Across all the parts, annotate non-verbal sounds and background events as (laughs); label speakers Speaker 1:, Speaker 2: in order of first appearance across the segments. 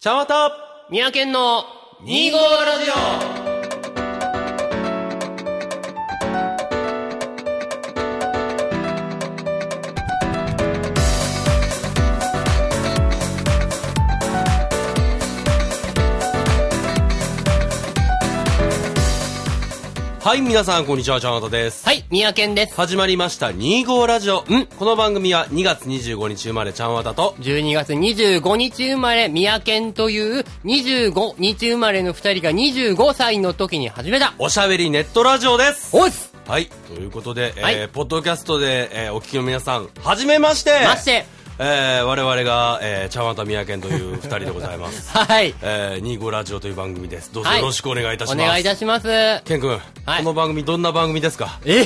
Speaker 1: 茶また
Speaker 2: 三宅県の
Speaker 1: 2
Speaker 2: 2
Speaker 1: 号ラ
Speaker 2: 号ラ
Speaker 1: ジ
Speaker 2: ジ
Speaker 1: はい、皆さん、こんにちは、茶またです。
Speaker 2: オはい、三宅県です。
Speaker 1: 始まりました、2号ラジオ。んこの番組は2月25日生まれ、ちゃんわたと、
Speaker 2: 12月25日生まれ、三宅県という25日生まれの二人が25歳の時に始めた。
Speaker 1: おしゃべりネットラジオです。
Speaker 2: おっす
Speaker 1: はい、ということで、
Speaker 2: は
Speaker 1: えー
Speaker 2: い
Speaker 1: ポッドキャストで、えーお聞きの皆さん、はじめまして
Speaker 2: まして
Speaker 1: えー我々が、えー、ちゃんわたみやけんと
Speaker 2: (laughs)
Speaker 1: いう2人でございます。
Speaker 2: はい。
Speaker 1: えー、25ラジオという番組です。どうぞ
Speaker 2: はい
Speaker 1: よろしくお願いいたし
Speaker 2: お
Speaker 1: ます。
Speaker 2: 願いいたします。え
Speaker 1: ケン君、
Speaker 2: はい
Speaker 1: この番組どんな番組ですか
Speaker 2: え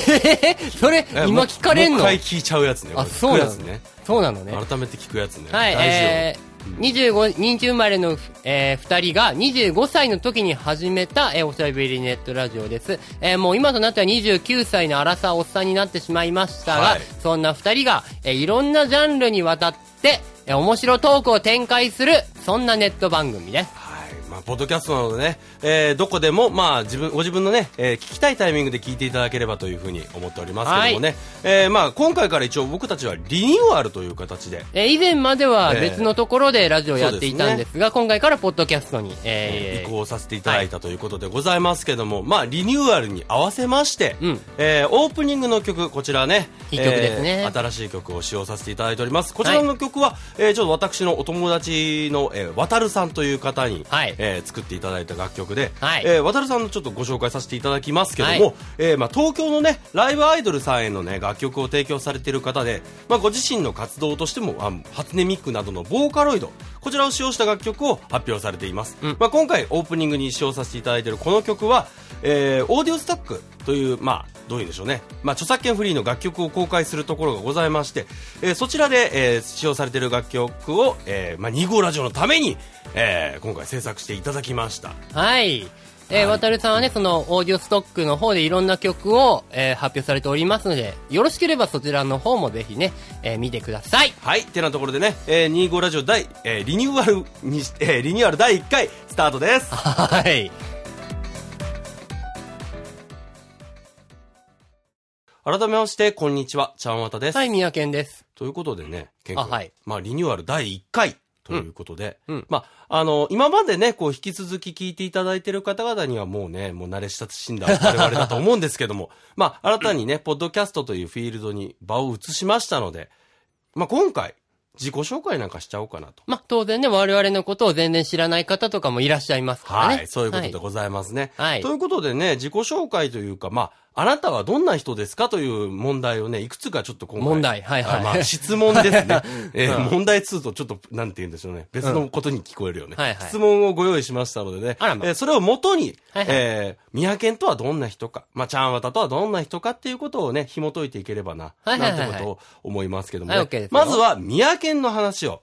Speaker 2: それ、
Speaker 1: えー
Speaker 2: 今
Speaker 1: もう
Speaker 2: 聞かれん
Speaker 1: も
Speaker 2: の
Speaker 1: う一回聞いちゃうやつね。
Speaker 2: あ、
Speaker 1: これ
Speaker 2: そ
Speaker 1: 聞
Speaker 2: う
Speaker 1: く
Speaker 2: なの
Speaker 1: やつね。
Speaker 2: そうなのね。
Speaker 1: 改めて聞くやつね。
Speaker 2: はい、
Speaker 1: 大事よ。
Speaker 2: えー、25日生まれの、えー、2人が25歳の時に始めた、えーおしゃべりネットラジオです。えーもう今となっては29歳の荒さおっさんになってしまいましたが、
Speaker 1: はい
Speaker 2: そんな2人が、えーいろんなジャンルにわたって、えー面白トークを展開する、そんなネット番組
Speaker 1: は
Speaker 2: です。
Speaker 1: い。まあ、ポッドキャストなのでね、えーどこでも、まあ、自分、ご自分のね、えー聞きたいタイミングで聞いていただければというふうに思っておりますけどもね、えーまあ、今回から一応僕たちはリニューアルという形で、
Speaker 2: えー以前までは
Speaker 1: えー
Speaker 2: 別のところでラジオやっていたんですが、今回からポッドキャストに、
Speaker 1: 移
Speaker 2: えー
Speaker 1: 行させていただいたということでございますけども、まあ、リニューアルに合わせまして、
Speaker 2: うん
Speaker 1: えーオープニングの曲、こちらね、
Speaker 2: いい曲ですね
Speaker 1: えー新しい曲を使用させていただいております。こちらの曲は、えーちょっと私のお友達の、えー、渡るさんという方に、
Speaker 2: はい
Speaker 1: えー作っていただいた楽曲で、
Speaker 2: はい
Speaker 1: えー渡るさんのちょっとご紹介させていただきますけども、
Speaker 2: はい
Speaker 1: えーまあ、東京のね、ライブアイドルさんへのね、楽曲を提供されている方で、まあ、ご自身の活動としても、あ初音ミックなどのボーカロイド、こちらを使用した楽曲を発表されています。まあ、今回オープニングに使用させていただいているこの曲は、えーオーディオスタックという、まあ、どういうんでしょうね。まあ、著作権フリーの楽曲を公開するところがございまして、えーそちらで、えー使用されている楽曲を、えーまあ、2号ラジオのために、えー今回制作していただきました。
Speaker 2: はい。えー
Speaker 1: はい
Speaker 2: 渡るさんはね、その、オーディオストックの方でいろんな曲を、えー発表されておりますので、よろしければそちらの方もぜひね、えー見てください。
Speaker 1: はい。てなところでね、えー、25ラジオ第、えーリニューアルにし、えーリニューアル第1回、スタートです。
Speaker 2: はい。
Speaker 1: 改めまして、こんにちは、ちゃんわたです。
Speaker 2: はい、宮健です。
Speaker 1: ということでね、健康
Speaker 2: あはい
Speaker 1: まあ、リニューアル第1回。ということで、
Speaker 2: うんうん
Speaker 1: まあ、あの、今までね、こう、引き続き聞いていただいている方々にはもうね、もう慣れ親しんだ (laughs) 我々だと思うんですけども、まあ、新たにね、ポッドキャストというフィールドに場を移しましたので、まあ、今回、自己紹介なんかしちゃおうかなと。
Speaker 2: まあ、当然ね、我々のことを全然知らない方とかもいらっしゃいますから
Speaker 1: は
Speaker 2: ね。
Speaker 1: い、そういうことで
Speaker 2: は
Speaker 1: ございますね。
Speaker 2: はい
Speaker 1: ということでね、自己紹介というか、まあ、あなたはどんな人ですかという問題をね、いくつかちょっと今回。
Speaker 2: 問題はいはい
Speaker 1: あまあ、質問です
Speaker 2: (laughs)
Speaker 1: ね。えー問題2とちょっと、なんて言うんでしょうね。別のことに聞こえるよね。
Speaker 2: はいはい
Speaker 1: 質問をご用意しましたのでね。
Speaker 2: あらま
Speaker 1: えーそれをもとに、
Speaker 2: はいはい
Speaker 1: えー、宮健とはどんな人か、まあ、ちゃんわたとはどんな人かっていうことをね、紐解いていければな、
Speaker 2: はいはいはいはい
Speaker 1: なんてことを思いますけどもね、
Speaker 2: はい OK ですよ
Speaker 1: まずは、宮健の話を、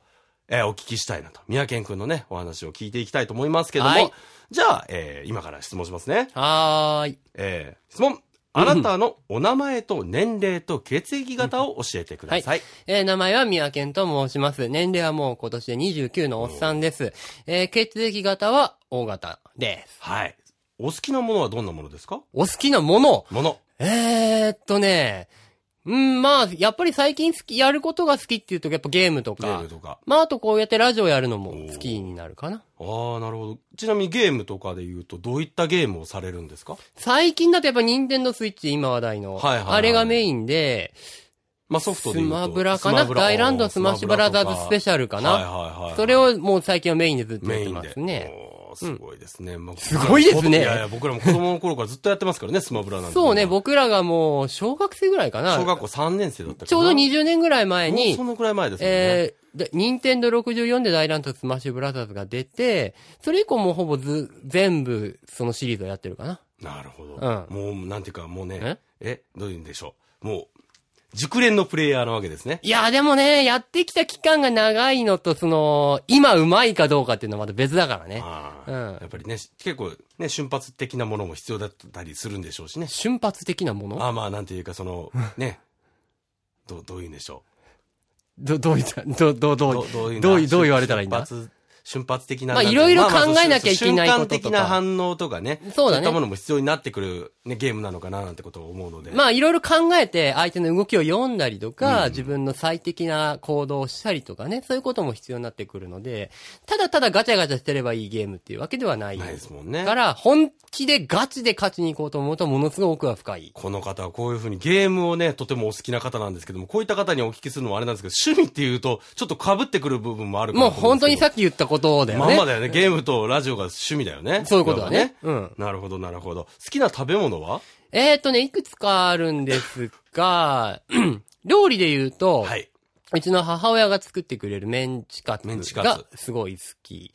Speaker 1: えーお聞きしたいなと。宮健くんのね、お話を聞いていきたいと思いますけども、
Speaker 2: はい
Speaker 1: じゃあ、えー今から質問しますね。
Speaker 2: (laughs) はーい。
Speaker 1: えー質問。あなたのお名前と年齢と血液型を教えてください。
Speaker 2: えー名前は宮健と申します。年齢はもう今年で29のおっさんです。えー血液型は O 型です。
Speaker 1: はい。お好きなものはどんなものですか
Speaker 2: お好きなもの
Speaker 1: もの。
Speaker 2: えー、っとね、うん、まあ、やっぱり最近好き、やることが好きっていうと、やっぱゲームと
Speaker 1: ゲー
Speaker 2: か
Speaker 1: ム、とか。
Speaker 2: まあ、あとこうやってラジオやるのも好きになるかな。
Speaker 1: ああ、なるほど。ちなみにゲームとかで言うと、どういったゲームをされるんですか
Speaker 2: 最近だとやっぱ任天堂スイッチ今話題の、
Speaker 1: はいはいはい
Speaker 2: あれがメインで、
Speaker 1: まあソフト
Speaker 2: ス
Speaker 1: で言うと。
Speaker 2: マブラかな
Speaker 1: スマブ
Speaker 2: 大ランドスマッシュブラザーズスペシャルかな、
Speaker 1: はいはいはい。
Speaker 2: それをもう最近はメインでずっとやっ
Speaker 1: メ
Speaker 2: て
Speaker 1: イン
Speaker 2: ま
Speaker 1: です
Speaker 2: ね。。
Speaker 1: おーすごいですね。まあ
Speaker 2: すごいですね
Speaker 1: いやいや、僕らも子供の頃からずっとやってますからね、スマブラなんて。
Speaker 2: そうね、僕らがもう、小学生ぐらいかな。
Speaker 1: 小学校3年生だった
Speaker 2: ちょうど
Speaker 1: に
Speaker 2: 20年ぐらい前に
Speaker 1: そ、のくらい前ですよね。
Speaker 2: えー、で、任天堂64で大乱闘スマッシュブラザーズが出て、それ以降もうほぼず、全部、そのシリーズをやってるかな。
Speaker 1: なるほど。
Speaker 2: う
Speaker 1: もう、なんていうか、もうね、えどういうんでしょう。もう、熟練のプレイヤーなわけですね。
Speaker 2: いやーでもね、やってきた期間が長いのと、その、今うまいかどうかっていうのはまた別だからね。
Speaker 1: ああ
Speaker 2: うん
Speaker 1: やっぱりね、結構ね、瞬発的なものも必要だったりするんでしょうしね。
Speaker 2: 瞬発的なもの
Speaker 1: ああまあ、なんていうか、そ
Speaker 2: (laughs)
Speaker 1: の、ね、どう、どういうんでしょ
Speaker 2: ど、どういった、ど、ど、ど
Speaker 1: う。
Speaker 2: う
Speaker 1: どういうんだ
Speaker 2: どうい、どう言われたらいいんだ
Speaker 1: 瞬発瞬発的な。
Speaker 2: まあ
Speaker 1: んて
Speaker 2: いろいろ
Speaker 1: まあまあそう
Speaker 2: 考えなきゃいけないこととか
Speaker 1: 瞬間的な反応とかね。
Speaker 2: そうだね
Speaker 1: いったものも必要になってくる、ね、ゲームなのかななんてことを思うので。
Speaker 2: まあいろいろ考えて相手の動きを読んだりとか、自分の最適な行動をしたりとかね、そういうことも必要になってくるので、ただただガチャガチャしてればいいゲームっていうわけではない。
Speaker 1: ないですもんね
Speaker 2: だから、本気でガチで勝ちに行こうと思うと、ものすごく奥が深い。
Speaker 1: この方はこういうふうにゲームをね、とてもお好きな方なんですけども、こういった方にお聞きするのもあれなんですけど、趣味っていうと、ちょっと被ってくる部分もあるかな
Speaker 2: もう
Speaker 1: と思
Speaker 2: 本当にさ
Speaker 1: っ
Speaker 2: っき言ったことだ
Speaker 1: き
Speaker 2: よね。
Speaker 1: まんまだよね。ゲームとラジオが趣味だよね。
Speaker 2: そういうことだね
Speaker 1: 要は
Speaker 2: うん
Speaker 1: なるほど、なるほど。好きな食べ物は
Speaker 2: えーとね、いくつかあるんですが、 (clears throat) 料理で言うと、
Speaker 1: はい。
Speaker 2: うちの母親が作ってくれるメンチカツ
Speaker 1: メンチカ
Speaker 2: がすごい好き。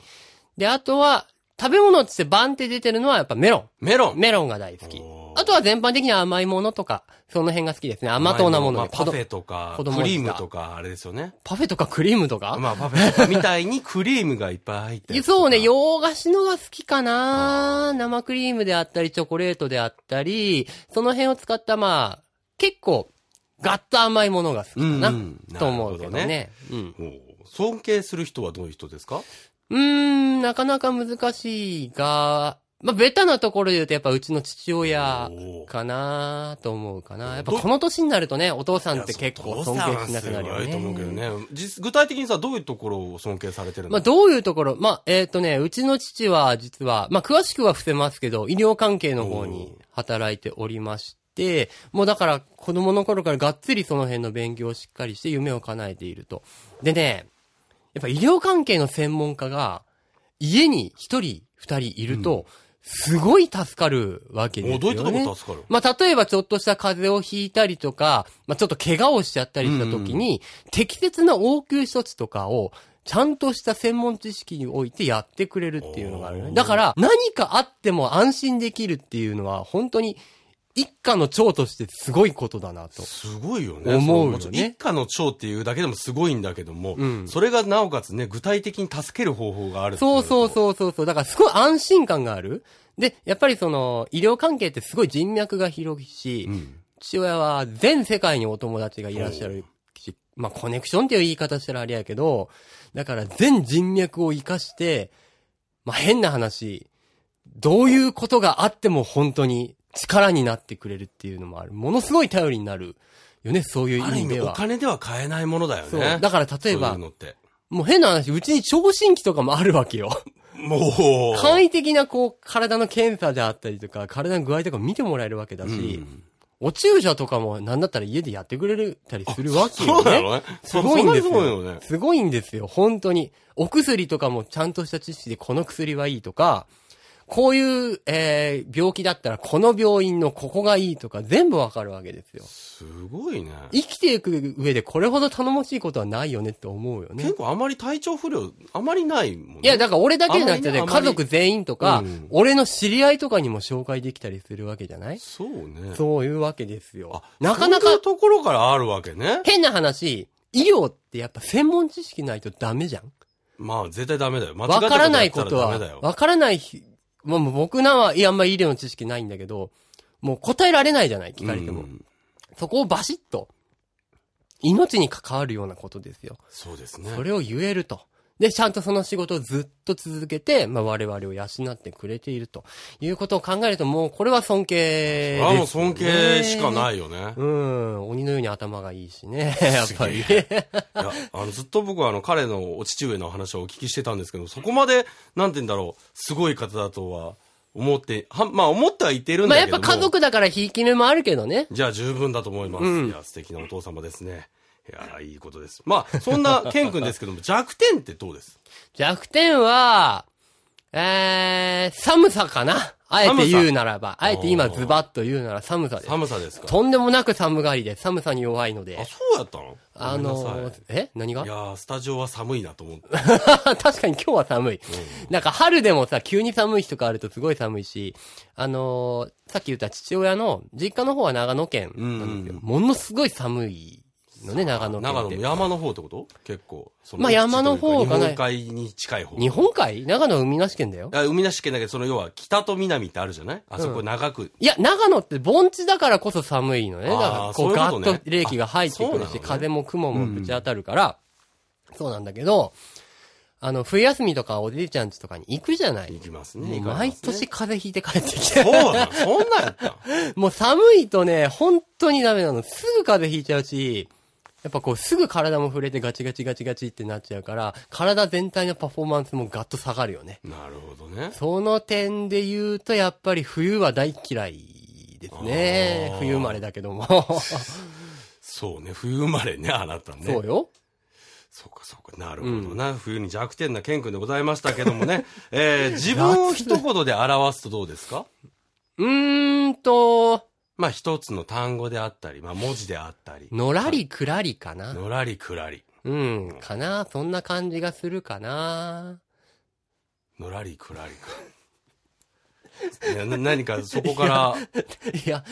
Speaker 2: で、あとは、食べ物としてバンって出てるのはやっぱメロ
Speaker 1: メロ
Speaker 2: ン。
Speaker 1: ン。
Speaker 2: メロンが大好き
Speaker 1: お。ー
Speaker 2: あとは全般的に甘いものとか、その辺が好きですね。甘党なもの
Speaker 1: まあ
Speaker 2: で。
Speaker 1: パフェ
Speaker 2: 子供
Speaker 1: とか、
Speaker 2: 子供
Speaker 1: ク
Speaker 2: で
Speaker 1: リ
Speaker 2: し
Speaker 1: ー
Speaker 2: た
Speaker 1: ムとか、あれですよね。
Speaker 2: パフェとかクリームとか、
Speaker 1: まあ、パフェとかみたいに (laughs) クリームがいっぱい入ってる。
Speaker 2: そうね、洋菓子のが好きかな生クリームであったり、チョコレートであったり、その辺を使った、まあ、結構、ガッと甘いものが好きかな、
Speaker 1: うんうん
Speaker 2: と思うけど
Speaker 1: な
Speaker 2: ね。うん。
Speaker 1: おう尊敬する人はどういう人ですか
Speaker 2: うーん、なかなか難しいが、まあ、ベタなところで言うと、やっぱうちの父親
Speaker 1: おー
Speaker 2: かなと思うかな。やっぱ
Speaker 1: ど
Speaker 2: この年になるとね、お父さんって結構尊
Speaker 1: いや
Speaker 2: 敬
Speaker 1: そう
Speaker 2: しなくなるよ
Speaker 1: すごいと思うけど
Speaker 2: ね。
Speaker 1: ね。実具体的にさ、どういうところを尊敬されてるの
Speaker 2: まあ、どういうところまあ、えっ、とね、うちの父は実は、まあ、詳しくは伏せますけど、医療関係の方に働いておりまして、もうだから子供の頃からがっつりその辺の勉強をしっかりして夢を叶えていると。でね、やっぱ医療関係の専門家が、家に一人、二人いると、すごい助かるわけですよ、
Speaker 1: お
Speaker 2: ね。
Speaker 1: どういったとこ助かる
Speaker 2: まあ、例えばちょっとした風邪をひいたりとか、まあ、ちょっと怪我をしちゃったりした時に、適切な応急処置とかを、ちゃんとした専門知識においてやってくれるっていうのがある
Speaker 1: お
Speaker 2: ね。
Speaker 1: ー
Speaker 2: だから、何かあっても安心できるっていうのは、本当に、一家の長としてすごいことだなと。
Speaker 1: すごいよね。
Speaker 2: 思
Speaker 1: その
Speaker 2: うよね
Speaker 1: もちろん一家の長っていうだけでもすごいんだけども、
Speaker 2: うん
Speaker 1: それがなおかつね、具体的に助ける方法があるってい
Speaker 2: そうそう
Speaker 1: う
Speaker 2: そうそうそう。だからすごい安心感がある。で、やっぱりその、医療関係ってすごい人脈が広いし、
Speaker 1: のと。うん。
Speaker 2: 父親は全世界にお友達がいらっしゃるし、まあコネクションっていう言い方したらあれやけど、だから全人脈を活かして、まあ変な話、どういうことがあっても本当に力になってくれるっていうのもある。ものすごい頼りになるよね、そういう
Speaker 1: ある
Speaker 2: 意
Speaker 1: 意
Speaker 2: 味
Speaker 1: 味
Speaker 2: で
Speaker 1: お
Speaker 2: は。
Speaker 1: 金では買えないものだよ
Speaker 2: そう。
Speaker 1: ね。
Speaker 2: だから例え
Speaker 1: そうい
Speaker 2: ば
Speaker 1: う、のって。
Speaker 2: もう変な話、うちに聴診器とかもあるわけよ。
Speaker 1: もう。
Speaker 2: 簡易的なこう、体の検査であったりとか、体の具合とかも見てもらえるわけだし、
Speaker 1: うん
Speaker 2: お注射とかもなんだったら家でやってくれたりするわけ
Speaker 1: (laughs) そ
Speaker 2: よ
Speaker 1: うなの
Speaker 2: ね。
Speaker 1: ね。
Speaker 2: すごいんです
Speaker 1: そそなにすごい
Speaker 2: よ。
Speaker 1: よね。
Speaker 2: すごいんですよ、本当に。お薬とかもちゃんとした知識でこの薬はいいとか、こういう、えー病気だったらこの病院のここがいいとか全部わかるわけですよ。
Speaker 1: すごいね。
Speaker 2: 生きていく上でこれほど頼もしいことはないよねって思うよね。
Speaker 1: 結構あまり体調不良、あまりないもんね。
Speaker 2: いや、だから俺だけじゃなくてね、
Speaker 1: あんまりね
Speaker 2: 家族全員とか、
Speaker 1: うん
Speaker 2: 俺の知り合いとかにも紹介できたりするわけじゃない
Speaker 1: そうね。
Speaker 2: そういうわけですよ
Speaker 1: あ。
Speaker 2: なかなか
Speaker 1: そういうところからあるわけね。
Speaker 2: 変な話、医療ってやっぱ専門知識ないとダメじゃん
Speaker 1: まあ、絶対ダメだよ。間違
Speaker 2: わ
Speaker 1: った
Speaker 2: からないこと
Speaker 1: やったらダメだ
Speaker 2: は、
Speaker 1: よ
Speaker 2: わからないひ、まあもう僕なんはいやあんまり医療の知識ないんだけど、もう答えられないじゃない、聞かれても。
Speaker 1: うん
Speaker 2: そこをバシッと、命に関わるようなことですよ。
Speaker 1: そうですね。
Speaker 2: それを言えると。で、ちゃんとその仕事をずっと続けて、まあ我々を養ってくれているということを考えると、もうこれは尊敬です、
Speaker 1: あもう尊敬しか
Speaker 2: い。
Speaker 1: ないよね。
Speaker 2: うん、鬼のように頭がいい
Speaker 1: (laughs)
Speaker 2: しね、やっぱり。
Speaker 1: いや、あの、ずっと僕はあの、彼のお父上の話をお聞きしてたんですけど、そこまで、なんて言うんだろう、すごい方だとは、思って、は、まあ思ってはいてるん
Speaker 2: ま
Speaker 1: だ
Speaker 2: あ
Speaker 1: け
Speaker 2: やっ
Speaker 1: ども。
Speaker 2: ぱ家族だからひいき目もあるけどね。
Speaker 1: じゃあ十分だと思います。
Speaker 2: うん
Speaker 1: いや、素敵なお父様ですね。いや、いいことです。まあ、そん
Speaker 2: (laughs)
Speaker 1: な、ケン君ですけども、弱点ってどうです
Speaker 2: 弱点は、えー、寒さかなあえて言うならば。あえて今ズバッと言うなら寒さです。
Speaker 1: 寒さですか
Speaker 2: とんでもなく寒がりで、寒さに弱いの
Speaker 1: あ、
Speaker 2: で。
Speaker 1: そうやったの
Speaker 2: あ
Speaker 1: ごめんな
Speaker 2: の
Speaker 1: さい
Speaker 2: え何が
Speaker 1: いやー、スタジオは寒いなと思って。
Speaker 2: (laughs) 確かに今日は寒い。なんか春でもさ、急に寒い日とかあるとすごい寒いし、あのーさっき言った父親の、実家の方は長野県なんですよ。ものすごい寒いのね、長野県
Speaker 1: 長野
Speaker 2: っ
Speaker 1: の
Speaker 2: て。
Speaker 1: 山の方ってこと結構。そ
Speaker 2: まあ山の
Speaker 1: 陸
Speaker 2: 方
Speaker 1: 地という
Speaker 2: か
Speaker 1: 日
Speaker 2: な
Speaker 1: 本海に近い方。
Speaker 2: 日本海長野は海なし県だよ。
Speaker 1: あ海なし県だけど、その要は北と南ってあるじゃないあそこ長く。
Speaker 2: いや、長野って盆地だからこそ寒いのね。だ
Speaker 1: あー
Speaker 2: から、こ
Speaker 1: そう
Speaker 2: う、
Speaker 1: いうこ
Speaker 2: ガ
Speaker 1: と
Speaker 2: ッ
Speaker 1: ね
Speaker 2: と冷気が入ってく
Speaker 1: あそう
Speaker 2: る
Speaker 1: なの
Speaker 2: し、
Speaker 1: ね
Speaker 2: 風も雲もぶち当たるから、そうなんだけど、あの、冬休みとかおじいちゃんちとかに行くじゃない
Speaker 1: 行きます
Speaker 2: も
Speaker 1: ね。
Speaker 2: う
Speaker 1: 行かれ
Speaker 2: 毎
Speaker 1: ますね
Speaker 2: 年。風邪ひいて帰ってきて。 (laughs)
Speaker 1: そうなんそんなんやったん
Speaker 2: もう寒いとね、本当にダメなの。すぐ風邪ひいちゃうし、やっぱこうすぐ体も触れてガチガチガチガチってなっちゃうから、体全体のパフォーマンスもガッと下がるよね。
Speaker 1: なるほどね。
Speaker 2: その点で言うと、やっぱり冬は大嫌いですね
Speaker 1: あ。ー
Speaker 2: 冬生まれだけども。
Speaker 1: そうね。冬生まれね、あなたね。
Speaker 2: そうよ。
Speaker 1: そうかそうか。なるほどな。冬に弱点なケン君でございましたけども
Speaker 2: (laughs)
Speaker 1: ね。えー、自分を一言で表すとどうですか
Speaker 2: うーんと、
Speaker 1: まあ一つの単語であったり、まあ文字であったり。
Speaker 2: のらりくらりかな。
Speaker 1: のらりくらり。
Speaker 2: うん、かな。そんな感じがするかな。
Speaker 1: のらりくらりか。いやな何かそこから、
Speaker 2: いや、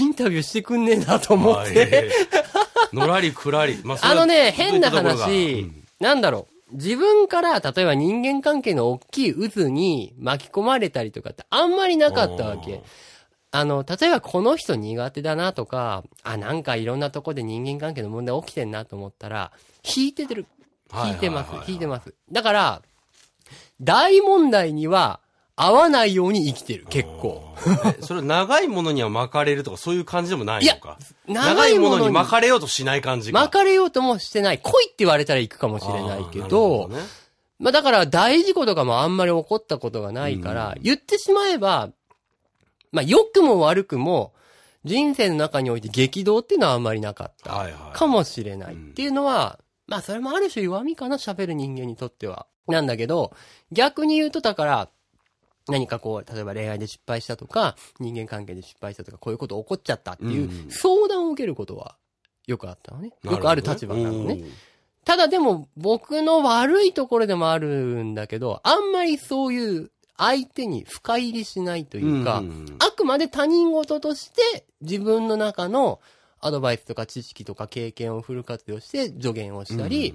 Speaker 2: インタビューしてくんねえなと思っ
Speaker 1: あい
Speaker 2: て。
Speaker 1: えいえのらりくらり。まあそれ
Speaker 2: あ
Speaker 1: は
Speaker 2: のね、変な
Speaker 1: そうい
Speaker 2: 話、
Speaker 1: ったところがうん
Speaker 2: なんだろう。自分から、例えば人間関係の大きい渦に巻き込まれたりとかってあんまりなかったわけ。あの、例えばこの人苦手だなとか、あ、なんかいろんなとこで人間関係の問題起きてんなと思ったら、引いててる。
Speaker 1: はい
Speaker 2: 引いてま
Speaker 1: はいはいは
Speaker 2: す。
Speaker 1: い
Speaker 2: 引いてます。だから、大問題には合わないように生きてる、結構。
Speaker 1: えそれ長いものには巻かれるとかそういう感じでもないのか。
Speaker 2: いや
Speaker 1: 長
Speaker 2: 長
Speaker 1: い
Speaker 2: い
Speaker 1: も
Speaker 2: も
Speaker 1: の
Speaker 2: のに
Speaker 1: に巻かれようとしない感じか。
Speaker 2: 巻かれようともしてない。来いって言われたら行くかもしれないけ
Speaker 1: あー
Speaker 2: ど、
Speaker 1: なるほね
Speaker 2: まあだから大事故とかもあんまり起こったことがないから、言ってしまえば、まあ良くも悪くも、人生の中において激動っていうのはあんまりなかった。
Speaker 1: はいはい。
Speaker 2: かもしれない。っ
Speaker 1: うん
Speaker 2: ていうのは、まあそれもある種弱みかな、喋る人間にとっては。なんだけど、逆に言うとだから、何かこう、例えば恋愛で失敗したとか、人間関係で失敗したとか、こういうこと起こっちゃったってい
Speaker 1: うん
Speaker 2: う相談を受けることはよくあったのね。よくある立場なのね。
Speaker 1: おー。
Speaker 2: ただでも僕の悪いところでもあるんだけど、あんまりそういう相手に深入りしないというか、
Speaker 1: んんん
Speaker 2: あくまで他人事として自分の中のアドバイスとか知識とか経験をフル活用して助言をしたり、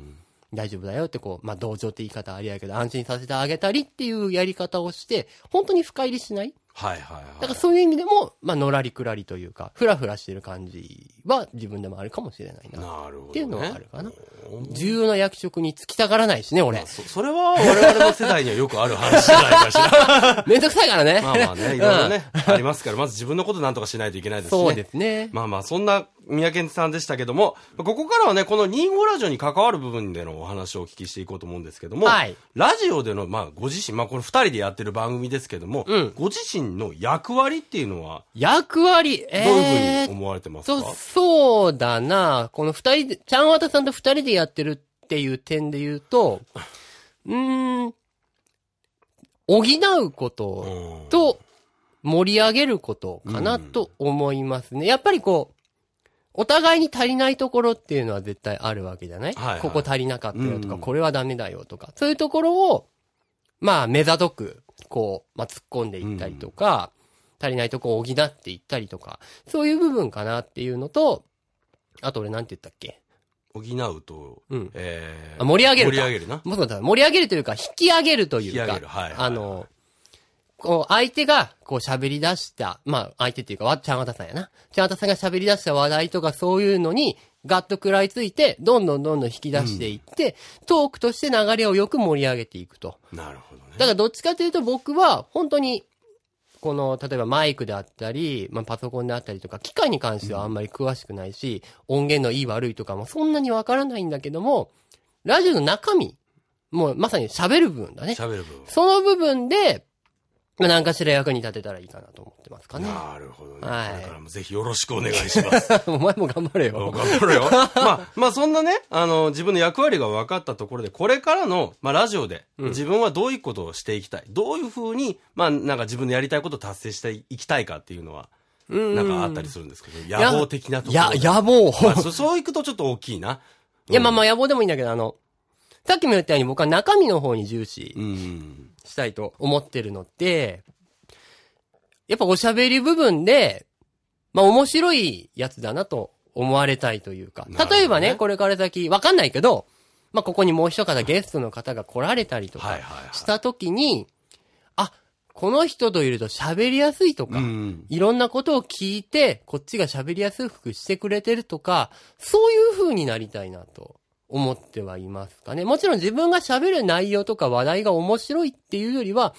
Speaker 2: 大丈夫だよってこう、まあ同情って言い方ありやけど安心させてあげたりっていうやり方をして、本当に深入りしない。
Speaker 1: はいはいはい。
Speaker 2: だからそういう意味でも、まあのらりくらりというか、ふらふらしてる感じは自分でもあるかもしれないな。
Speaker 1: なるほど、ね。
Speaker 2: っていうのはあるかな
Speaker 1: おー
Speaker 2: 重要な役職に就きたがらないしね、俺。
Speaker 1: そそれは我々の世代にはよくある話じゃないかしら。
Speaker 2: (laughs) めんどくさいからね。
Speaker 1: まあまあ
Speaker 2: (laughs)
Speaker 1: ね、いろいろね、ありますから、まず自分のことなんとかしないといけないですしね。
Speaker 2: そうですね。
Speaker 1: まあまあ、そんな三宅さんでしたけども、ここからはね、この25ラジオに関わる部分でのお話をお聞きしていこうと思うんですけども、
Speaker 2: はい
Speaker 1: ラジオでの、まあ、ご自身、まあ、この二人でやってる番組ですけども、
Speaker 2: うん
Speaker 1: ご自身の役割っていうのは、
Speaker 2: 役割、
Speaker 1: ど
Speaker 2: え
Speaker 1: う
Speaker 2: ー、
Speaker 1: いうふうに思われてますか、
Speaker 2: そ、そうだな。この二人で、ちゃんわたさんと二人でやってるっていう点で言うと、うーん、補うこと
Speaker 1: うん
Speaker 2: と盛り上げることかなと思いますね。やっぱりこう、お互いに足りないところっていうのは絶対あるわけじゃない、
Speaker 1: はいはい
Speaker 2: ここ足りなかったよとか、
Speaker 1: うん
Speaker 2: これはダメだよとか、そういうところを、まあ、目ざとく、こう、まあ、突っ込んでいったりとか、足りないとこを補っていったりとか、そういう部分かなっていうのと、あと俺なんて言ったっけ
Speaker 1: 補うと、
Speaker 2: うん。
Speaker 1: えー
Speaker 2: あ盛り上げるか
Speaker 1: 盛り上げるな。
Speaker 2: もうそうだ、盛り上げるというか、引き上げるというか、
Speaker 1: 引き上げるはい
Speaker 2: あの、こう、相手が、こう喋り出した、まあ、相手っていうか、わ、ちゃんわたさんやな。ちゃんわたさんが喋り出した話題とかそういうのに、ガッと食らいついて、どんどんどんどん引き出していって、トークとして流れをよく盛り上げていくと。
Speaker 1: なるほどね。
Speaker 2: だからどっちかというと僕は本当に、この、例えばマイクであったり、まあ、パソコンであったりとか、機械に関してはあんまり詳しくないし、音源のいい悪いとかもそんなにわからないんだけども、ラジオの中身、もうまさに喋る部分だね。
Speaker 1: 喋る部分。
Speaker 2: その部分で、まあ、何かしら役に立てたらいいかなと思ってますかね。
Speaker 1: なるほどね。
Speaker 2: はい
Speaker 1: これからもぜひよろしくお願いし
Speaker 2: (laughs)
Speaker 1: ます。
Speaker 2: お前も頑張れ
Speaker 1: お
Speaker 2: よ。
Speaker 1: 頑張るよ。まあ、まあそんなね、あの、自分の役割が分かったところで、これからの、まあラジオで、自分はどういうことをしていきたい、どういうふうに、まあなんか自分のやりたいことを達成していきたいかっていうのは、なんかあったりするんですけど、野望的なところ
Speaker 2: や
Speaker 1: で。、
Speaker 2: 野望。
Speaker 1: まあそそういくとちょっと大きいな。
Speaker 2: いや、まあまあ野望でもいいんだけど、あの、さっきも言ったように僕は中身の方に重視
Speaker 1: うん。
Speaker 2: したいと思ってるので、やっぱおしゃべり部分で、まあ面白いやつだなと思われたいというか
Speaker 1: なるほ、どね
Speaker 2: 例えばね、これから先わかんないけど、まあここにもう一方ゲストの方が来られたりと
Speaker 1: はいは
Speaker 2: か
Speaker 1: いはい
Speaker 2: した時に、あ、この人といると喋りやすいとか
Speaker 1: う、ん。
Speaker 2: いろんなことを聞いて、こっちが喋りやすくしてくれてるとか、そういう風になりたいなと思ってはいますかね。もちろん自分が喋る内容とか話題が面白いっていうよりは、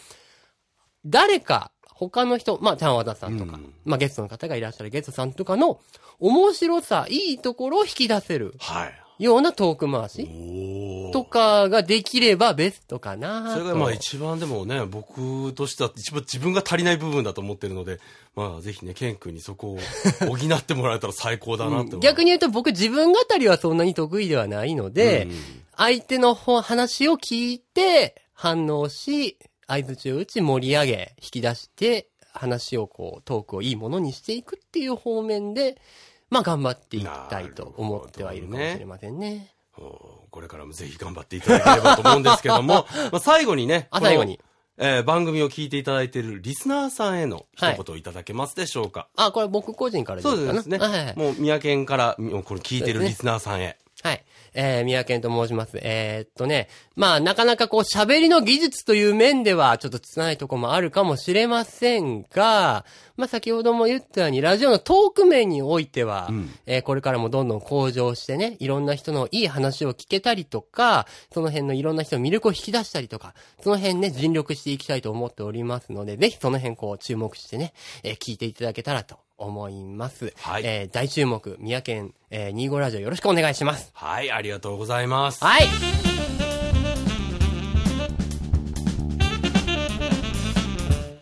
Speaker 2: 誰か、他の人、まあ、ちゃんわたさんとか、
Speaker 1: うん
Speaker 2: まあ、ゲストの方がいらっしゃるゲストさんとかの、面白さ、いいところを引き出せる
Speaker 1: はい。
Speaker 2: ようなトーク回し
Speaker 1: おー
Speaker 2: とかができればベストかな
Speaker 1: そ
Speaker 2: と
Speaker 1: れがまあ一番でもね、僕としては一番自分が足りない部分だと思ってるので、まあぜひね、ケン君にそこを補ってもらえたら最高だなって思う、
Speaker 2: 逆
Speaker 1: に、
Speaker 2: に言うと僕自分語りはそんなに得意ではないので、相手の方話を聞いて反応し、合図中打ち盛り上げ、引き出して、話をこう、トークをいいものにしていくっていう方面で、まあ頑張っていきたいと思ってはいるかもしれませんね。
Speaker 1: おーこれからもぜひ頑張っていただければと思うんですけど
Speaker 2: (laughs)
Speaker 1: も、まあ最後にね、
Speaker 2: あ、
Speaker 1: この
Speaker 2: 最後に。。
Speaker 1: えー番組を聞いていただいているリスナーさんへの一言をいただけますでしょうか、
Speaker 2: あ、これ僕個人からでいい
Speaker 1: そ
Speaker 2: か
Speaker 1: う
Speaker 2: な
Speaker 1: ですね。
Speaker 2: はいはいはい。
Speaker 1: もう、宮県から、もうこれ聞いてるリスナーさんへ。
Speaker 2: はい。えー、宮健と申します。えー、っとね、まあ、なかなかこう、喋りの技術という面では、ちょっとつないとこもあるかもしれませんが、まあ、先ほども言ったように、ラジオのトーク面においては、
Speaker 1: うん
Speaker 2: えーこれからもどんどん向上してね、いろんな人のいい話を聞けたりとか、その辺のいろんな人の魅力を引き出したりとか、その辺ね、尽力していきたいと思っておりますので、ぜひその辺こう、注目してね、えー聞いていただけたらと思います。
Speaker 1: はい
Speaker 2: えー大注目、宮県、えー、25ラジオよろしくお願いします。
Speaker 1: はい、ありがとうございます。
Speaker 2: はい。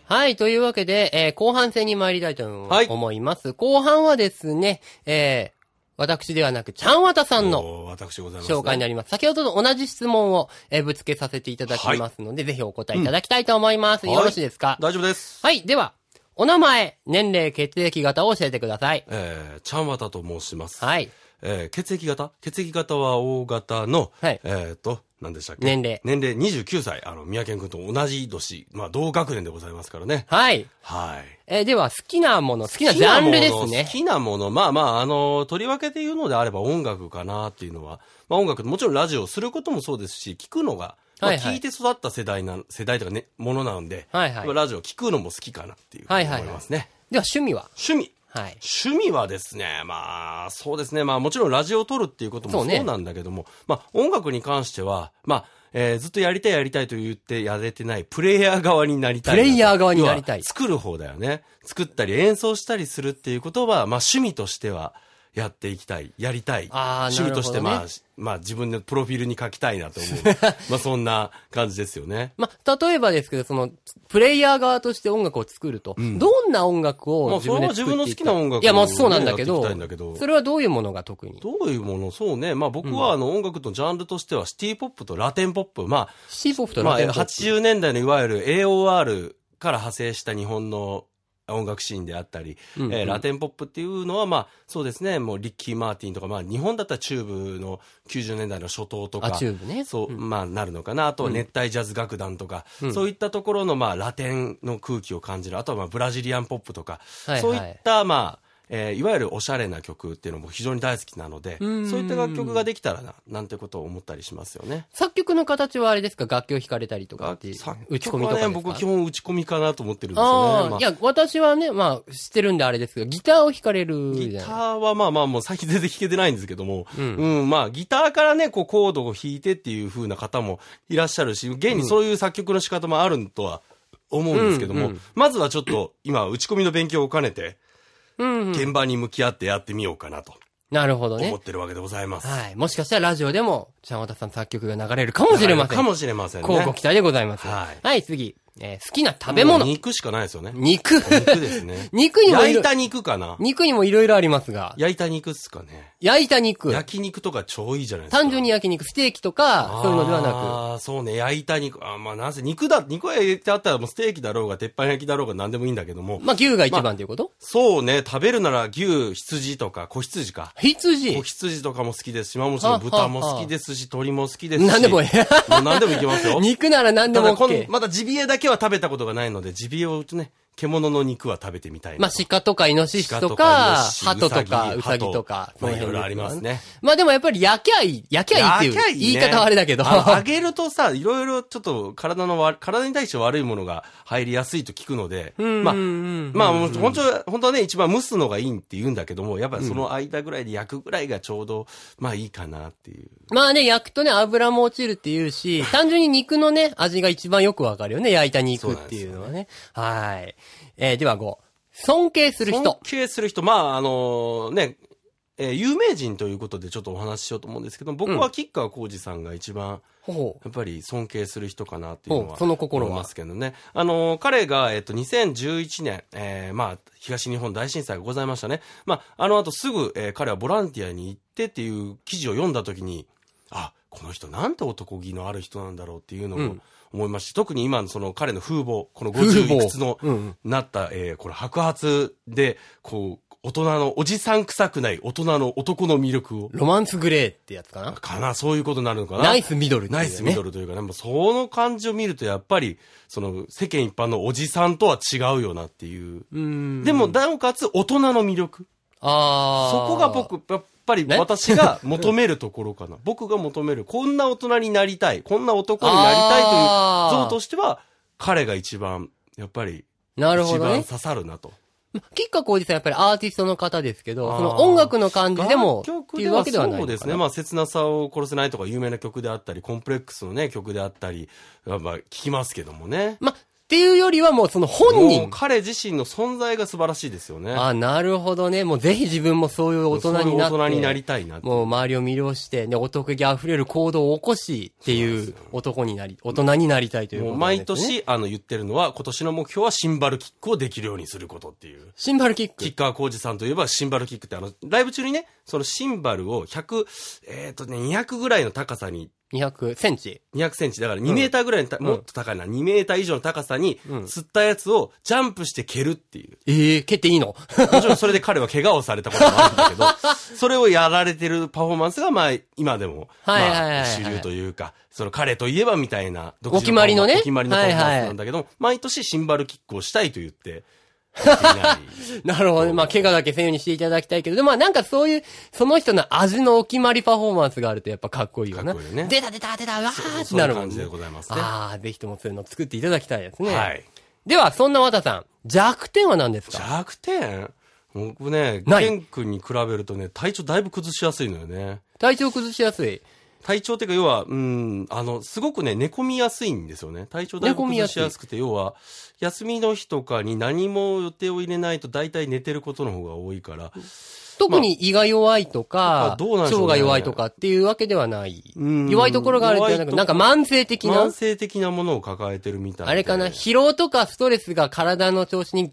Speaker 2: はい。というわけで、えー後半戦に参りたいと
Speaker 1: はい
Speaker 2: 思います。後半はですね、えー私ではなく、ちゃんわたさんの
Speaker 1: おー私でございます、
Speaker 2: 紹介になります。先ほどと同じ質問を、えーぶつけさせていただきますので、ぜひお答えいただきたいと思います。
Speaker 1: うん
Speaker 2: よろしいですか
Speaker 1: 大丈夫です。
Speaker 2: はい。では、お名前、年齢、血液型を教えてください。
Speaker 1: えー、ちゃんわたと申します。
Speaker 2: はい。
Speaker 1: えー血液型血液型は O 型の、
Speaker 2: はい
Speaker 1: えっ、と、何でしたっけ
Speaker 2: 年齢
Speaker 1: 年齢29歳。あの、宮健君と同じ年。まあ、同学年でございますからね。
Speaker 2: はい。
Speaker 1: はい。
Speaker 2: えーでは、好きなもの、好きなジャンルです
Speaker 1: 好きなもの
Speaker 2: ね
Speaker 1: 好。きなもの、まあまあ、あの、とりわけで言うのであれば音楽かなっていうのは、まあ音楽、もちろんラジオをすることもそうですし、聞くのが、まあ
Speaker 2: はいはい
Speaker 1: 聞いて育った世代な、世代とかね、ものなので、
Speaker 2: はいはい
Speaker 1: まあラジオ聞くのも好きかなっていうふう
Speaker 2: はい
Speaker 1: に
Speaker 2: はいは
Speaker 1: 思
Speaker 2: い
Speaker 1: いますね。
Speaker 2: では、趣味は
Speaker 1: 趣味。
Speaker 2: はい。
Speaker 1: 趣味はですね、まあ、そうですね、まあもちろんラジオを撮るっていうことも
Speaker 2: そうね
Speaker 1: そうなんだけども、まあ音楽に関しては、まあ、えーずっとやりたいやりたいと言ってやれてない、プレイヤー側になりたいなと。
Speaker 2: プレイヤー側になりたい
Speaker 1: 要は作る方だよね。作ったり演奏したりするっていうことは、まあ趣味としては、やっていきたい、やりたい。
Speaker 2: あー
Speaker 1: 趣味として、
Speaker 2: なるほ
Speaker 1: ま
Speaker 2: ど
Speaker 1: あ、まあ自分のプロフィールに書きたいなと
Speaker 2: (laughs)
Speaker 1: 思う。まあそんな感じですよね。
Speaker 2: まあ、例えばですけど、その、プレイヤー側として音楽を作ると、どんな音楽を
Speaker 1: まあ
Speaker 2: 自分で
Speaker 1: そ
Speaker 2: 作
Speaker 1: れは
Speaker 2: って
Speaker 1: 自
Speaker 2: いき
Speaker 1: 分
Speaker 2: た
Speaker 1: の
Speaker 2: い
Speaker 1: 好きな音楽を
Speaker 2: いや、まあそうなんだけ
Speaker 1: ね
Speaker 2: ど
Speaker 1: やっていきたいんだけど
Speaker 2: それはどういうものが特に
Speaker 1: どういうものそうね。まあ僕はあの音楽のジャンルとしてはシティポップとラテンポップ。まあ
Speaker 2: シーポップと
Speaker 1: ま
Speaker 2: ラ
Speaker 1: あ、
Speaker 2: テンポップ
Speaker 1: 80年代のいわゆる AOR から派生した日本の音楽シーンであったり、
Speaker 2: うんうん
Speaker 1: えーラテンポップっていうのは、まあ、そうですね、もうリッキー・マーティンとか、まあ、日本だったらチューブの90年代の初頭とか、
Speaker 2: あ、チューブね。
Speaker 1: そう、まあ、なるのかな。あとは熱帯ジャズ楽団とか、
Speaker 2: ん
Speaker 1: そういったところの、まあ、ラテンの空気を感じる。あとは、まあ、ブラジリアンポップとか、
Speaker 2: はいはい
Speaker 1: そういった、まあ、えーいわゆるおしゃれな曲っていうのも非常に大好きなので、そう
Speaker 2: うん
Speaker 1: いった楽曲ができたらな、なんてことを思ったりしますよね。
Speaker 2: 作曲の形はあれですか楽器を弾かれたりとかっていう
Speaker 1: 作曲はね
Speaker 2: 打ち込みとかですか
Speaker 1: 僕基本打ち込みかなと思ってるんですよ
Speaker 2: あ
Speaker 1: ね。
Speaker 2: あ、
Speaker 1: まあ
Speaker 2: いや、私はね、まあ、知ってるんであれですけど、ギターを弾かれるじ
Speaker 1: ギ
Speaker 2: ゃ
Speaker 1: タ
Speaker 2: ない
Speaker 1: ーはまあまあもう最近全然弾けてないんですけども、
Speaker 2: う
Speaker 1: うんん、まあギターからね、こうコードを弾いてっていう風な方もいらっしゃるし、現にそういう作曲の仕方もあるとは思うんですけども、
Speaker 2: うんうん
Speaker 1: まずはちょっと今打ち込みの勉強を兼ねて、
Speaker 2: うんうん、
Speaker 1: 現場に向き合ってやってみようかなと
Speaker 2: なるほど
Speaker 1: 思っ
Speaker 2: ね。
Speaker 1: てるわけでございます。
Speaker 2: はい。もしかしたらラジオでも、ちゃんわたさん作曲が流れるかもしれません。
Speaker 1: かもしれませんね。
Speaker 2: こうご期待でございます。
Speaker 1: はい
Speaker 2: はい、次。えー好きな食べ物
Speaker 1: もう。肉しかないですよね。
Speaker 2: 肉。。
Speaker 1: 肉ですね
Speaker 2: 肉にも
Speaker 1: 焼
Speaker 2: いろ
Speaker 1: いた肉かな
Speaker 2: 肉にもいろいろありますが、
Speaker 1: 焼いた肉っすかね。
Speaker 2: 焼いた肉。
Speaker 1: 焼肉とか超いいじゃないですか。
Speaker 2: 単純に焼肉、ステーキとか、そういうのではな
Speaker 1: ああ、そうね。焼いた肉。あーまあ、なんせ肉だ、肉が焼いてあったらもうステーキだろうが、鉄板焼きだろうが何でもいいんだけども
Speaker 2: く、。まあ、牛が一番ということ、
Speaker 1: そうね。食べるなら牛、羊とか、子羊か。
Speaker 2: 羊
Speaker 1: 子。羊とかも好きですし、まあもちろん豚も好きですし、鶏も好きですし。
Speaker 2: 何でもいい
Speaker 1: もう何でもいけますよ。
Speaker 2: (laughs) 肉なら何
Speaker 1: た
Speaker 2: でも
Speaker 1: だ、こん
Speaker 2: OK。
Speaker 1: まだジビエだけは食べたことがないので、ジビエをね、獣の肉は食べてみたいな。
Speaker 2: まあ、鹿とかイノシシ
Speaker 1: 鹿
Speaker 2: と
Speaker 1: とかイ
Speaker 2: か
Speaker 1: ノシシ、
Speaker 2: 鳩とか、
Speaker 1: ウ
Speaker 2: ウ
Speaker 1: サ
Speaker 2: サ
Speaker 1: ギ
Speaker 2: ギとか
Speaker 1: 鳩、
Speaker 2: そ
Speaker 1: ま
Speaker 2: の辺
Speaker 1: あいろいろありますね
Speaker 2: まあでもやっぱり焼きゃいい、焼きゃいいっていう言い方はあれだけど。
Speaker 1: あ
Speaker 2: (laughs)
Speaker 1: 揚げるとさ、いろいろちょっと体のわ、体に対して悪いものが入りやすいと聞くので、まあ、まあ、もう本当は、本当はね、一番蒸すのがいいって言うんだけども、やっぱりその間ぐらいで焼くぐらいがちょうど、まあいいかなっていう。
Speaker 2: まあね、焼くとね、油も落ちるってい
Speaker 1: (laughs)
Speaker 2: うし、単純に肉のね、味が一番よくわかるよね。焼いた肉っていうのはね。はい。えー、では5。尊敬する
Speaker 1: 尊
Speaker 2: 人。
Speaker 1: 敬する人、まあ、あのね、えー有名人ということでちょっとお話ししようと思うんですけど、僕は吉川浩司さんが一番、
Speaker 2: ほうほう。
Speaker 1: やっぱり尊敬する人かなっていうの
Speaker 2: お
Speaker 1: は。
Speaker 2: その心は
Speaker 1: 思いますけどね。あの、彼が、えっと、2011年、えーまあ、東日本大震災がございましたね。まあ、あの後すぐ、えー彼はボランティアに行ってっていう記事を読んだ時に、あ、この人なんて男気のある人なんだろうっていうのを思いますし、特に今のその彼の風貌、この50いくつの
Speaker 2: 風貌うん
Speaker 1: なった、えーこれ白髪で、こう、大人の、おじさん臭くない大人の男の魅力を、
Speaker 2: ロマンスグレーってやつかな。
Speaker 1: かな、そういうことになるのかな。
Speaker 2: ナイスミドルっていう、ね。
Speaker 1: ナイスミド
Speaker 2: ル。
Speaker 1: ルというか、ね、もうその感じを見ると、やっぱり、その、世間一般のおじさんとは違うよなっていう。
Speaker 2: うん。
Speaker 1: でも、なおかつ、大人の魅力。
Speaker 2: あー
Speaker 1: そこが僕、やっぱり
Speaker 2: ね
Speaker 1: 私が求めるところ
Speaker 2: (laughs)
Speaker 1: かな。僕が求める、こんな大人になりたい、こんな男になりたい
Speaker 2: あ
Speaker 1: とい
Speaker 2: ー
Speaker 1: う像としては、彼が一番、やっぱり、
Speaker 2: なるほ
Speaker 1: 一
Speaker 2: ど
Speaker 1: 番
Speaker 2: ね。
Speaker 1: 刺さるなと。
Speaker 2: 吉川浩司さんやっぱりアーティストの方ですけど、
Speaker 1: あー
Speaker 2: その音楽の感じでも、
Speaker 1: 楽
Speaker 2: っ
Speaker 1: 曲
Speaker 2: てい
Speaker 1: で
Speaker 2: うわ
Speaker 1: は
Speaker 2: けではない
Speaker 1: そ
Speaker 2: の
Speaker 1: う
Speaker 2: か
Speaker 1: で
Speaker 2: な。
Speaker 1: すね。まあ、切なさを殺せないとか、有名な曲であったり、コンプレックスのね、曲であったり、まあ、聞きますけどもね。
Speaker 2: まあ、っていうよりはもうその本
Speaker 1: もう
Speaker 2: 人。
Speaker 1: 彼自身の存在が素晴らしいですよね。
Speaker 2: あーなるほどね。もうぜひ自分もそういう大人になって。
Speaker 1: そういう大人になりたいなって
Speaker 2: もう周りを魅了して、ね、お得気あふれる行動を起こしっていう男になり、大人になりたいというこ
Speaker 1: もう
Speaker 2: となん
Speaker 1: 毎
Speaker 2: ですね。
Speaker 1: 年、あの、言ってるのは、今年の目標はシンバルキックをできるようにすることっていう。
Speaker 2: シンバルキック。
Speaker 1: キッカー浩二さんといえば、シンバルキックって、あの、ライブ中にね、そのシンバルを100、えっ、とね、200ぐらいの高さに、
Speaker 2: 200センチ。
Speaker 1: 200センチ、だから2メーターぐらいのた、もっと高いな、2メーター以上の高さに、釣ったやつをジャンプして蹴るっていう。
Speaker 2: ええ蹴っていいの (laughs)
Speaker 1: もちろんそれで彼は怪我をされたこともあるんだけど、それをやられてるパフォーマンスが、まあ、今でも、
Speaker 2: はいはいはいはい
Speaker 1: まあ、主流というか、その彼といえばみたいな、独
Speaker 2: お決まりのね
Speaker 1: お決まりのパフォーマンスなんだけど、毎年シンバルキックをしたいと言って、できない
Speaker 2: なるほどね。まあ、怪我だけせんようにしていただきたいけど、でもまあなんかそういう、その人の味のお決まりパフォーマンスがあるとやっぱかっこいいよな。
Speaker 1: かっこいいね
Speaker 2: 出た出た出た、うわーって
Speaker 1: そう
Speaker 2: な
Speaker 1: いう
Speaker 2: るもん
Speaker 1: 感
Speaker 2: ね。
Speaker 1: じでございますね。
Speaker 2: ああ、ぜひともそういうの作っていただきたいですね。
Speaker 1: はい。
Speaker 2: では、そんな和田さん、弱点は何ですか
Speaker 1: 弱点僕ね、
Speaker 2: ない
Speaker 1: ケン君に比べるとね、体調だいぶ崩しやすいのよね。
Speaker 2: 体調崩しやすい。
Speaker 1: 体調っていうか、要は、うん、あの、すごくね、寝込みやすいんですよね。体調だいぶ崩しやすくて、要は、休みの日とかに何も予定を入れないと、大体寝てることの方が多いから、
Speaker 2: 特に胃が弱いとか、
Speaker 1: まあどうなんでしょうね
Speaker 2: 腸が弱いとかっていうわけではない。
Speaker 1: うん
Speaker 2: 弱いところがあるんじゃなく
Speaker 1: 弱いとこ
Speaker 2: なんか慢性的な
Speaker 1: 慢、性的なものを抱えてるみたいで。
Speaker 2: あれかな、疲労とかストレスが体の調子に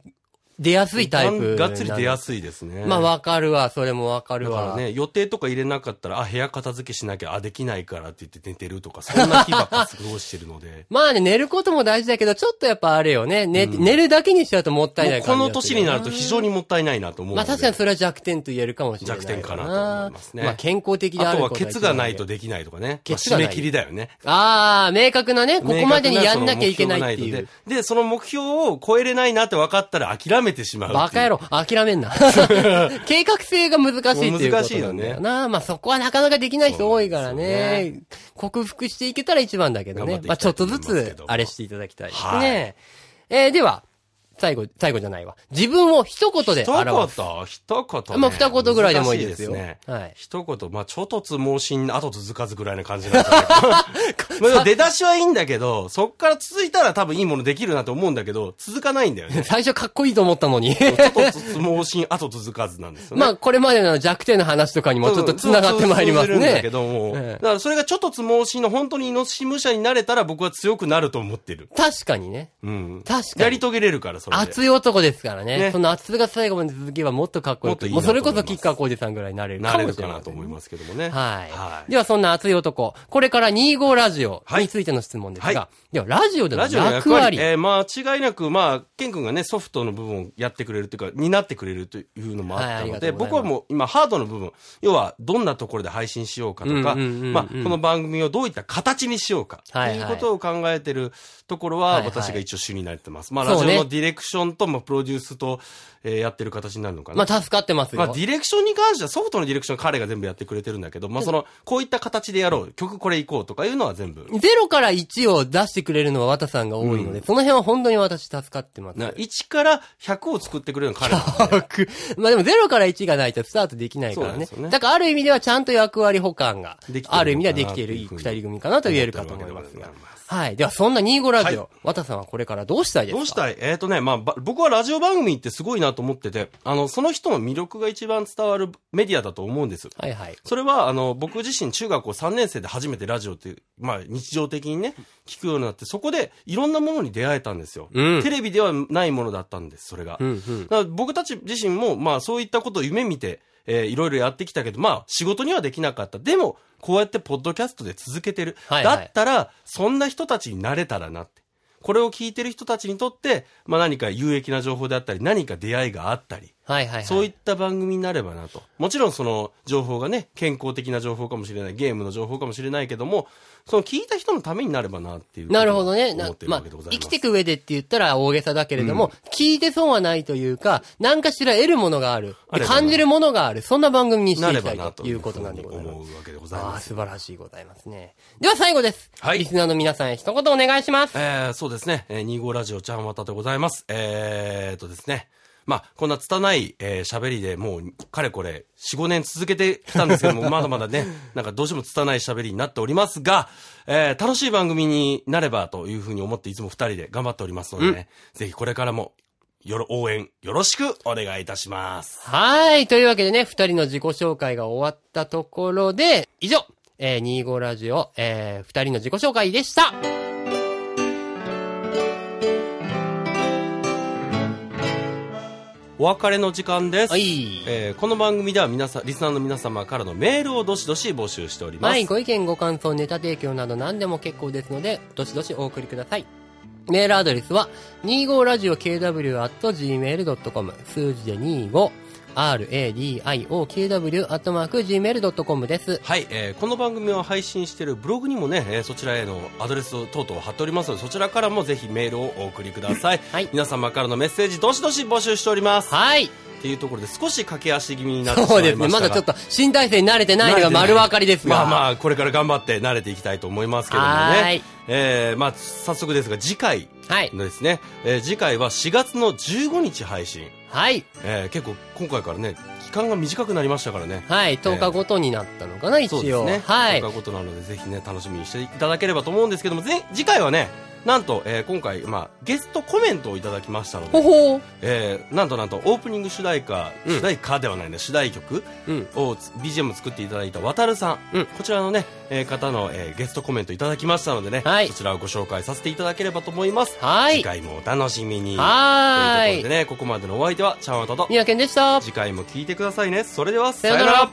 Speaker 2: 出やすいタイプ。
Speaker 1: がっつり出や
Speaker 2: い。
Speaker 1: すいですね。
Speaker 2: まあわかるわ、それもわか
Speaker 1: だ
Speaker 2: る
Speaker 1: か
Speaker 2: わ。
Speaker 1: らね、予定とか入れなかったら、あ、部屋片付けしなきゃ、あ、できないからって言って寝てるとか、そんな日ばっか過ごしてるの
Speaker 2: (laughs)。
Speaker 1: で
Speaker 2: まあね、寝ることも大事だけど、ちょっとやっぱあれよね。寝、寝るだけにしちゃうともったい
Speaker 1: も
Speaker 2: ないう
Speaker 1: こ
Speaker 2: 感じ
Speaker 1: の
Speaker 2: がす
Speaker 1: 年
Speaker 2: よ
Speaker 1: になると非常にもったいないなと思うの
Speaker 2: まあ
Speaker 1: で。
Speaker 2: 確かにそれは弱点と言えるかもしれないな。
Speaker 1: 弱点かなと思いますね
Speaker 2: まあ健康的であ
Speaker 1: あ
Speaker 2: る
Speaker 1: と
Speaker 2: こ
Speaker 1: は、
Speaker 2: と
Speaker 1: ケツがないと。できないとかね。まあ
Speaker 2: ケツがない
Speaker 1: 締め切りだよね。
Speaker 2: ああ、明確なね、ここまでにやんなきゃいけないって
Speaker 1: 明確
Speaker 2: いう
Speaker 1: その目標が。とねで、その目標を超えれないなって分かったら諦めてしまうっていう。
Speaker 2: バカ野郎、諦め
Speaker 1: (laughs)
Speaker 2: んな。計画性が難しいっていうことなんだよな。まあそこはなかなかできない人多いから
Speaker 1: そう
Speaker 2: ね。克服していけたら一番だけど
Speaker 1: 頑
Speaker 2: ね
Speaker 1: 張っ。て
Speaker 2: ま
Speaker 1: い
Speaker 2: あ
Speaker 1: き
Speaker 2: ちょ
Speaker 1: た
Speaker 2: っ
Speaker 1: い
Speaker 2: と
Speaker 1: と思
Speaker 2: ず
Speaker 1: いますけども
Speaker 2: つあれしていただきたいですね。えーでは、最後、最後じゃないわ。自分を一言で表す。
Speaker 1: 一言、一言、ね。
Speaker 2: まあ二言ぐらいでもいいですよ
Speaker 1: 難しね
Speaker 2: はい
Speaker 1: 一言、まあ、ちょとつ盲信、あと続かずぐらいな感じなんじゃないかな。
Speaker 2: (laughs)
Speaker 1: まあでも出だしはいいんだけど、そっから続いたら多分いいものできるなと思うんだけど、続かないんだよね。
Speaker 2: 最初かっこいいと思ったのに。
Speaker 1: ちょとつ盲信、あと続かずなんですよね。
Speaker 2: まあ、これまでの弱点の話とかにもちょっと繋がって (laughs) まいります
Speaker 1: そうそうそう通ずるんだ
Speaker 2: ね
Speaker 1: け。ども、
Speaker 2: ええ
Speaker 1: だからそれがちょっとつ盲信の本当にイノシシ武者になれたら僕は強くなると思ってる。
Speaker 2: 確かにね。
Speaker 1: うん。
Speaker 2: 確か
Speaker 1: やり
Speaker 2: に。
Speaker 1: 遂げれるから、それで。
Speaker 2: 熱い男ですからね。
Speaker 1: ね
Speaker 2: その熱が最後まで続けばもっとかっこよ
Speaker 1: もっと
Speaker 2: く。
Speaker 1: いい
Speaker 2: も
Speaker 1: な
Speaker 2: う
Speaker 1: と
Speaker 2: そ
Speaker 1: 思
Speaker 2: れ
Speaker 1: います
Speaker 2: こそキッカーコーデさんぐらいになれる
Speaker 1: な
Speaker 2: か
Speaker 1: れ
Speaker 2: も
Speaker 1: る
Speaker 2: しれ
Speaker 1: か
Speaker 2: ない、
Speaker 1: なと思いますけどもね。
Speaker 2: はい。
Speaker 1: はい。
Speaker 2: ではそんな熱い男。これから25ラジオ
Speaker 1: はい
Speaker 2: についての質問ですが、
Speaker 1: は
Speaker 2: ではラジオでの
Speaker 1: ラジオの
Speaker 2: 役
Speaker 1: 役割、
Speaker 2: 割。
Speaker 1: えー間違いなく、まあ、ケン君がね、ソフトの部分をやってくれるというか、担ってくれるというのもあった
Speaker 2: はいあり
Speaker 1: の
Speaker 2: が
Speaker 1: で、
Speaker 2: とうございます
Speaker 1: 僕はもう今、ハードの部分、要は、どんなところで配信しようかとか、
Speaker 2: うんうんうんうん
Speaker 1: まあ、この番組をどういった形にしようか、と
Speaker 2: はいはい
Speaker 1: いうことを考えてるところは、
Speaker 2: はいはい
Speaker 1: 私が一応主になってます。まあ、
Speaker 2: そう
Speaker 1: ラ
Speaker 2: ね
Speaker 1: ジオのディレクションと、まあ、プロデュースと、えーやってる形になるのか
Speaker 2: ま
Speaker 1: な。
Speaker 2: あ、助かってますよ。
Speaker 1: まあ、ディレクションに関しては、ソフトのディレクションは彼が全部やってくれてるんだけど、まあ、その、こういった形でやろう、曲これいこうとかいうのは全部、
Speaker 2: 0から1を出してくれるのは綿さんが多いので、その辺は本当に私助かってます。
Speaker 1: な1から100を作ってくれるのは彼だから
Speaker 2: 100まあでも0から1がないとスタートできないから
Speaker 1: そうなん
Speaker 2: ね
Speaker 1: です。よね
Speaker 2: だからある意味ではちゃんと役割補完が
Speaker 1: できてるのか、な
Speaker 2: ある意味ではできている二人組かなと言えるかと思いますが。はい。ではそんな25ラジオ、綿さんはこれからどうしたいですか
Speaker 1: どうしたいえっ、とね、まあ、ば僕はラジオ番組ってすごいなと思ってて、あの、その人の魅力が一番伝わるメディアだと思うんです。
Speaker 2: はいはい。
Speaker 1: それは、あの、僕自身中学校3年生で初めてラジオっていう、まあ、日常的にね、聞くようになって、そこでいろんなものに出会えたんですよ。
Speaker 2: うん
Speaker 1: テレビではないものだったんです、それが。
Speaker 2: うんうん。
Speaker 1: だから僕たち自身も、まあそういったことを夢見て、えーいろいろやってきたけど、まあ仕事にはできなかった。でも、こうやってポッドキャストで続けてる。
Speaker 2: はいはい
Speaker 1: だったら、そんな人たちになれたらなって。これを聞いてる人たちにとって、まあ何か有益な情報であったり、何か出会いがあったり、
Speaker 2: はいはいはい。
Speaker 1: そういった番組になればなと。もちろんその情報がね、健康的な情報かもしれない、ゲームの情報かもしれないけども、その聞いた人のためになればなっていうことを
Speaker 2: なるほどね。な
Speaker 1: 思ってる
Speaker 2: ま
Speaker 1: わ
Speaker 2: あ、
Speaker 1: けでございます。
Speaker 2: 生きていく上でって言ったら大げさだけれども、聞いて損はないというか、何かしら得るものがある。
Speaker 1: あ
Speaker 2: で
Speaker 1: ればな
Speaker 2: 感じるものがある。そんな番組にして
Speaker 1: ないれ
Speaker 2: きた
Speaker 1: ば
Speaker 2: い
Speaker 1: な
Speaker 2: と
Speaker 1: と
Speaker 2: い
Speaker 1: いうう
Speaker 2: こ
Speaker 1: こととな
Speaker 2: な
Speaker 1: んん
Speaker 2: で
Speaker 1: で
Speaker 2: ご
Speaker 1: ござ
Speaker 2: ざい
Speaker 1: い
Speaker 2: ま。
Speaker 1: ますす。思うわけでござい
Speaker 2: あ
Speaker 1: ま
Speaker 2: あ、
Speaker 1: す。
Speaker 2: 素晴らしいございますね。では最後です。
Speaker 1: はい
Speaker 2: リスナーの皆さんへ一言お願いします。
Speaker 1: えー、そうですね。えー、2号ラジオちゃんわたでございます。えー、とですね。まあ、こんな拙い、えー喋りでもう、かれこれ、4、5年続けてきたんですけど
Speaker 2: (laughs)
Speaker 1: も、まだまだね、なんかどうしても拙い喋りになっておりますが、えー楽しい番組になればというふうに思って、いつも2人で頑張っておりますのでね、ぜひこれからも、よろ、応援、よろしくお願いいたします。
Speaker 2: はい。というわけでね、二人の自己紹介が終わったところで、以上、えー、25ラジオ、えー、二人の自己紹介でした。
Speaker 1: お別れの時間です。
Speaker 2: はい。
Speaker 1: えーこの番組では皆さん、リスナーの皆様からのメールをどしどし募集しております。
Speaker 2: はい、ご意見、ご感想、ネタ提供など何でも結構ですので、どしどしお送りください。メールアドレスは、25radio.kw.gmail.com、数字で 25radio.kw.gmail.com です。
Speaker 1: はい、えーこの番組を配信しているブログにもね、えーそちらへのアドレスを等々貼っておりますので、そちらからもぜひメールをお送りください。
Speaker 2: はい
Speaker 1: 皆様からのメッセージ、どしどし募集しております。
Speaker 2: はい。
Speaker 1: っていうところで少し駆け足気味になってし
Speaker 2: そ
Speaker 1: ま
Speaker 2: うで
Speaker 1: い
Speaker 2: すね。
Speaker 1: まし
Speaker 2: ま
Speaker 1: たが
Speaker 2: だちょっと新体制に慣れてないのが丸分かりです
Speaker 1: ま
Speaker 2: が。
Speaker 1: あまあ、これから頑張って慣れていきたいと思いますけどもね。
Speaker 2: はい
Speaker 1: えーまあ、早速ですが、次回
Speaker 2: あ。はい。
Speaker 1: のですね、えー次回は4月の15日配信。
Speaker 2: はい。
Speaker 1: えー結構今回からね、期間が短くなりましたからね。
Speaker 2: はい。10日ごとになったのかな、一
Speaker 1: そうです
Speaker 2: 応。
Speaker 1: ね。
Speaker 2: はい
Speaker 1: とい。うことなので、ぜひね、楽しみにしていただければと思うんですけども、ぜ次回はね、なんと、えー今回、まあ、ゲストコメントをいただきましたの
Speaker 2: ほ
Speaker 1: で、
Speaker 2: ほー。
Speaker 1: えーなんとなんと、オープニング主題歌、
Speaker 2: うん
Speaker 1: 主題歌ではないね、主題曲
Speaker 2: うん。
Speaker 1: をつ、BGM を作っていただいた渡るさん、
Speaker 2: うん
Speaker 1: こちらのね、えー方の、えーゲストコメントいただきましたのでね、
Speaker 2: はい
Speaker 1: そちらをご紹介させていただければと思います。
Speaker 2: は
Speaker 1: 次
Speaker 2: い。
Speaker 1: 回もお楽しみに。
Speaker 2: は
Speaker 1: ということで
Speaker 2: ーい。
Speaker 1: ね、ここまでのお相手は、ちゃんわたと、
Speaker 2: 三宅健でした。
Speaker 1: 次回も聞いてくださいね。それでは、
Speaker 2: さようなら。